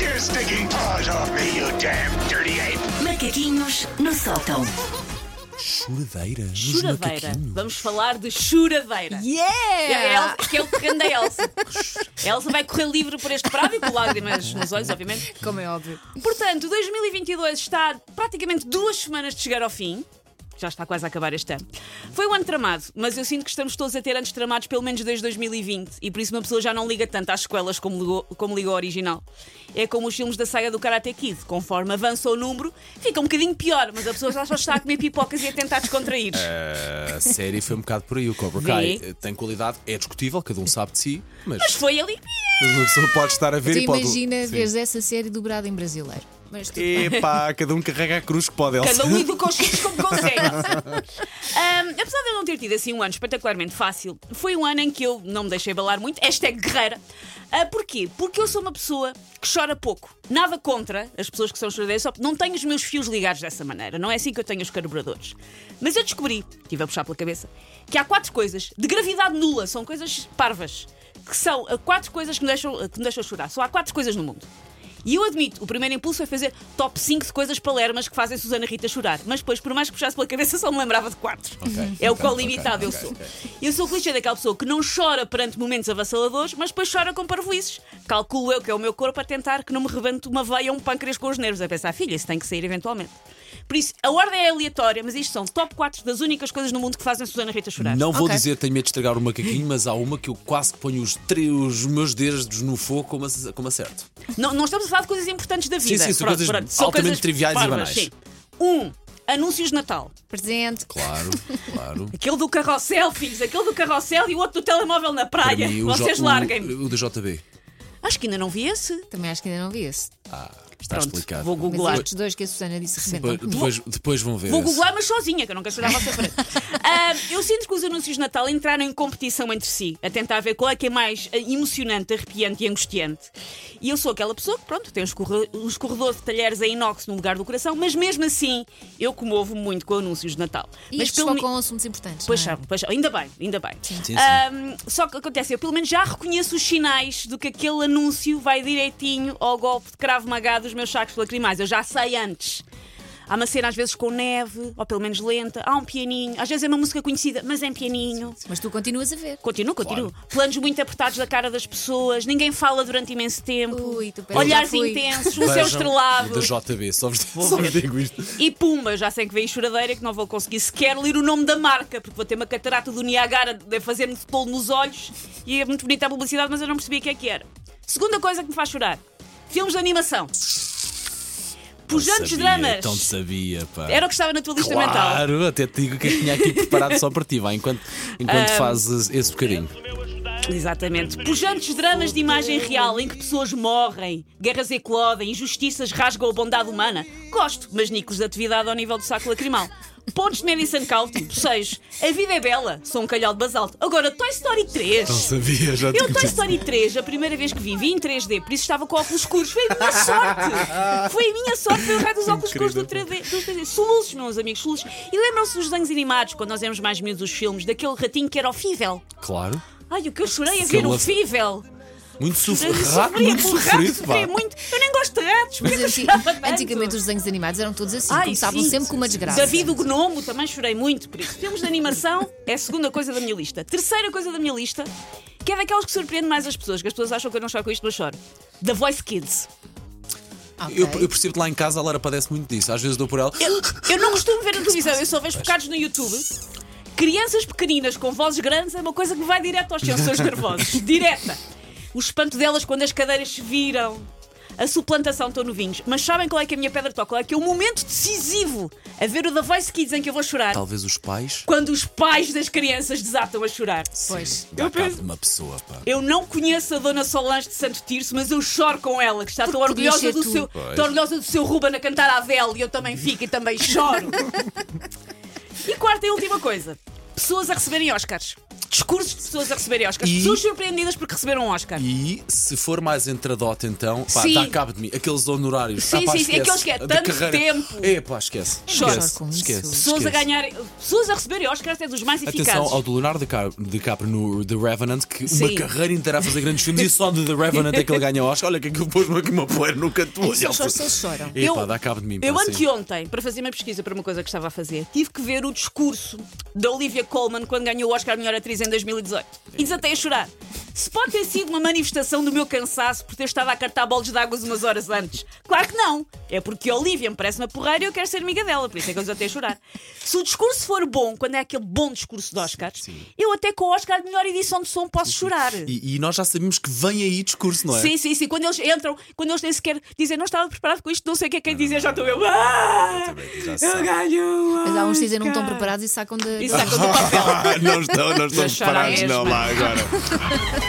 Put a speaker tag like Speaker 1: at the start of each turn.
Speaker 1: your stinking paws off me, you damn dirty ape!
Speaker 2: Macaquinhos no sótão.
Speaker 3: Churadeira. nos
Speaker 4: Churadeira.
Speaker 3: macaquinhos.
Speaker 4: Vamos falar de churadeira. É a
Speaker 5: Yeah!
Speaker 4: Elsa, que é o terreno da Elsa. A Elsa vai correr livre por este prado e com lágrimas nos olhos, obviamente.
Speaker 5: Como é óbvio.
Speaker 4: Portanto, 2022 está praticamente duas semanas de chegar ao fim. Já está quase a acabar este ano. Foi um ano tramado, mas eu sinto que estamos todos a ter anos tramados pelo menos desde 2020 e por isso uma pessoa já não liga tanto às sequelas como ligou, como ligou ao original. É como os filmes da saga do Karate Kid: conforme avança o número, fica um bocadinho pior, mas a pessoa já só está a comer pipocas e a tentar descontrair.
Speaker 3: A série foi um bocado por aí. O Cobra Kai
Speaker 4: Vê.
Speaker 3: eh, tem qualidade, é discutível, cada um sabe de si, mas,
Speaker 4: Mas foi ali.
Speaker 3: mas uma pessoa pode estar a ver
Speaker 5: Tu
Speaker 3: e pode.
Speaker 5: imagina
Speaker 3: Sim. É-
Speaker 5: veres essa série dobrada em brasileiro. Mas tu...
Speaker 3: Epá, cada um carrega a cruz que pode, Elsa.
Speaker 4: Cada um lida com os filhos como consegue. Ahm, apesar de eu não ter tido assim um ano espetacularmente fácil, foi um ano em que eu não me deixei balar muito. Esta é guerreira. Ah, porquê? Porque eu sou uma pessoa que chora pouco. Nada contra as pessoas que são choradeiras, só não tenho os meus fios ligados dessa maneira. Não é assim que eu tenho os carburadores. Mas eu descobri, estive a puxar pela cabeça, que há quatro coisas de gravidade nula, são coisas parvas, que são ah, quatro coisas que me deixam, eh, que me deixam chorar. Só há quatro coisas no mundo. E eu admito, o primeiro impulso foi fazer top 5 de coisas palermas que fazem Susana Rita chorar. Mas depois, por mais que puxasse pela cabeça, só me lembrava de 4.
Speaker 3: Ok, então,
Speaker 4: É o
Speaker 3: ok,
Speaker 4: quão
Speaker 3: ok,
Speaker 4: limitado eu
Speaker 3: ok,
Speaker 4: sou.
Speaker 3: ok.
Speaker 4: Eu sou o clichê daquela pessoa que não chora perante momentos avassaladores, mas depois chora com parvoices. Calculo eu que é o meu corpo a tentar que não me rebente uma veia ou um pâncreas com os nervos. A pensar, filha, isso tem que sair eventualmente. Por isso, a ordem é aleatória, mas isto são top 4 das únicas coisas no mundo que fazem Susana Rita chorar.
Speaker 3: Não vou
Speaker 5: Ok.
Speaker 3: dizer tenho medo de estragar o macaquinho, mas há uma que eu quase que ponho os, tre- os meus dedos no fogo como, ac- como acerto.
Speaker 4: Não, não estamos a falar de coisas importantes da vida.
Speaker 3: sim, são coisas
Speaker 4: São
Speaker 3: altamente
Speaker 4: coisas
Speaker 3: triviais e
Speaker 4: parvas,
Speaker 3: banais.
Speaker 4: Sim. Um, anúncios de Natal.
Speaker 5: Presente.
Speaker 3: Claro, claro.
Speaker 4: Aquele do carrossel, filhos, aquele do carrossel e o outro do telemóvel na
Speaker 3: Para
Speaker 4: praia.
Speaker 3: mim, o
Speaker 4: Vocês
Speaker 3: J- o-
Speaker 4: larguem-me.
Speaker 3: O, da JB.
Speaker 4: Acho que ainda não vi esse.
Speaker 5: Também acho que ainda não vi esse.
Speaker 3: Está
Speaker 4: Pronto,
Speaker 3: explicado.
Speaker 4: vou
Speaker 5: Mas
Speaker 4: googlar.
Speaker 5: estes dois que a Susana disse
Speaker 3: Depois,
Speaker 5: recentemente. não
Speaker 3: depois, depois vão ver.
Speaker 4: Vou
Speaker 3: esse.
Speaker 4: googlar, mas sozinha, que eu não quero chorar à vossa frente. Ah, eu sinto que os anúncios de Natal entraram em competição entre si, a tentar ver qual é que é mais ah, emocionante, arrepiante e angustiante. E eu sou aquela pessoa que, pronto, tem os corre- os corredores de talheres em inox no lugar do coração, mas mesmo assim eu comovo muito com anúncios de Natal.
Speaker 5: E
Speaker 4: mas
Speaker 5: estes
Speaker 4: pelo,
Speaker 5: focam assuntos importantes.
Speaker 4: Pois
Speaker 5: não é?
Speaker 4: sabe, pois sabe. ainda bem, ainda bem.
Speaker 3: sim.
Speaker 4: Ahm, só que acontece, eu pelo menos já reconheço os sinais de que aquele anúncio vai direitinho ao golpe de cravo magado dos meus sacos lacrimais. Eu já sei antes. Há uma cena às vezes com neve, ou pelo menos lenta, há um pianinho, às vezes é uma música conhecida, mas é em pianinho.
Speaker 5: Mas tu continuas a ver.
Speaker 4: Continuo, continuo. Planos muito apertados da cara das pessoas, ninguém fala durante imenso tempo.
Speaker 5: Ui, tu parece
Speaker 4: Olhares
Speaker 5: que já fui.
Speaker 4: intensos, um céu
Speaker 3: Vejam
Speaker 4: estrelado.
Speaker 3: o Da JB, só vos, só vos
Speaker 4: ver.
Speaker 3: digo isto.
Speaker 4: E pumba, já sei que veio choradeira que não vou conseguir sequer ler o nome da marca, porque vou ter uma catarata do Niagara de fazer-me de tolo nos olhos e é muito bonita a publicidade, mas eu não percebi o que é que era. Segunda coisa que me faz chorar: filmes de animação. Pujantes
Speaker 3: sabia,
Speaker 4: dramas. É
Speaker 3: Então sabia, pá.
Speaker 4: Era o que estava na tua lista mental.
Speaker 3: Claro, até te digo que eu tinha aqui preparado só para ti, vai, enquanto, enquanto fazes esse bocadinho.
Speaker 4: Exatamente. Pujantes dramas de imagem real em que pessoas morrem, guerras eclodem, injustiças rasgam a bondade humana. Gosto, mas nicos de atividade ao nível do saco lacrimal. Pontos de Madison County, 6. tipo A vida é bela, sou um calhau de basalto. Agora, Toy Story 3.
Speaker 3: Sabia, já
Speaker 4: Eu Toy Story 3, a primeira vez que vi, vi em 3D, por isso estava com óculos escuros. Foi a minha sorte! Foi a minha sorte, foi o raio dos óculos escuros do 3D. Dos 3D. Soluços, meus amigos, soluços. E lembram-se dos desenhos animados, quando nós éramos mais miúdos dos filmes, daquele ratinho que era o Fível.
Speaker 3: Claro.
Speaker 4: Ai, o que eu chorei a ver o
Speaker 3: Aquela-
Speaker 4: Fível!
Speaker 3: Muito
Speaker 4: Eu
Speaker 3: sofrido. Rato,
Speaker 4: Sofria
Speaker 3: muito
Speaker 4: por rato,
Speaker 3: sofrido, pá.
Speaker 4: sofria muito. Eu nem gosto de ratos, porque
Speaker 5: Mas assim, antigamente os desenhos animados eram todos assim.
Speaker 4: Ai,
Speaker 5: começavam
Speaker 4: sim.
Speaker 5: sempre com uma desgraça.
Speaker 4: Davi do Gnomo, também chorei muito por isso. Filmes de animação é a segunda coisa da minha lista. Terceira coisa da minha lista, que é daquelas que surpreende mais as pessoas, que as pessoas acham que eu não choro com isto, mas choro. The Voice Kids.
Speaker 5: Ok.
Speaker 3: Eu, eu percebo que lá em casa a Lara padece muito disso. Às vezes dou por ela.
Speaker 4: Eu, eu não costumo ver na televisão, eu só vejo bocados no YouTube. Crianças pequeninas com vozes grandes é uma coisa que me vai direto aos sensores nervosos. Direta. O espanto delas quando as cadeiras se viram. A suplantação estão novinhos. Mas sabem qual é que é a minha pedra toca? Qual é que é o momento decisivo a ver o The Voice Kids em que eu vou chorar?
Speaker 3: Talvez os pais.
Speaker 4: Quando os pais das crianças desatam a chorar.
Speaker 5: Pois.
Speaker 3: Dá cabo
Speaker 4: penso-
Speaker 3: de uma pessoa, pá.
Speaker 4: Eu não conheço a Dona Solange de Santo Tirso, mas eu choro com ela, que está tão
Speaker 5: Porque podias
Speaker 4: orgulhosa
Speaker 5: ser
Speaker 4: do,
Speaker 5: tu.
Speaker 4: seu,
Speaker 3: Pois.
Speaker 4: tão orgulhosa do seu Ruben a cantar à vela e eu também fico e também choro. e quarta e última coisa: pessoas a receberem Oscars. discursos de pessoas a receberem Oscars.
Speaker 3: E-
Speaker 4: Pessoas surpreendidas porque receberam um Oscar.
Speaker 3: E se for mais entradote, então, pá,
Speaker 4: Sim.
Speaker 3: dá cabo de mim. Aqueles honorários.
Speaker 4: Sim,
Speaker 3: ah, pá,
Speaker 4: sim, sim,
Speaker 3: esquece.
Speaker 4: aqueles que é
Speaker 3: De
Speaker 4: tanto
Speaker 3: carreira.
Speaker 4: tempo.
Speaker 3: É, pá, esquece.
Speaker 4: Choro
Speaker 3: esquece,
Speaker 5: com isso.
Speaker 3: esquece,
Speaker 4: Pessoas a
Speaker 3: esquece.
Speaker 4: ganharem, pessoas a receberem Oscars até dos mais
Speaker 3: Atenção
Speaker 4: eficazes.
Speaker 3: ao do Leonardo DiCap- DiCaprio no The Revenant, que
Speaker 4: Sim.
Speaker 3: uma carreira inteira a fazer grandes filmes e só de The Revenant é que ele ganha Oscar. Olha que aquilo pôs-me aqui uma poeira no canto.
Speaker 5: Eles só choram, se eles choram.
Speaker 3: É, pá, dá cabo de mim. pá,
Speaker 4: eu
Speaker 3: sim.
Speaker 4: anteontem, para fazer uma pesquisa para uma coisa que estava a fazer, tive que ver o discurso da Olivia Colman quando ganhou o Oscar de Melhor Atriz em 2018. E desatei a chorar. Se pode ter sido uma manifestação do meu cansaço por ter estado a cartar bolos de águas umas horas antes. Claro que não. É porque a Olivia me parece uma porreira e eu quero ser amiga dela, por isso é que eu desatei a chorar. Se o discurso for bom, quando é aquele bom discurso de Oscars, eu até com o Oscar de Melhor Edição de Som posso chorar.
Speaker 3: E, e nós já sabemos que vem aí discurso, não é?
Speaker 4: Sim, sim, sim. Quando eles entram, quando eles nem sequer dizem não estava preparado com isto, não sei o que é que é dizer, já estou eu. Ah,
Speaker 3: também, já
Speaker 4: eu
Speaker 3: sabe."
Speaker 4: ganho!
Speaker 5: Mas há uns que dizem não estão
Speaker 4: Oscar."
Speaker 5: preparados e sacam de.
Speaker 4: E sacam do papel.
Speaker 1: não estão, não
Speaker 4: Mas chora mesmo.
Speaker 1: agora.